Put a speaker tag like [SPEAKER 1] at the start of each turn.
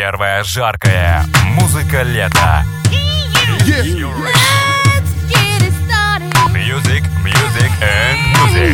[SPEAKER 1] Первая жаркая. Музыка лета. Music, music and music.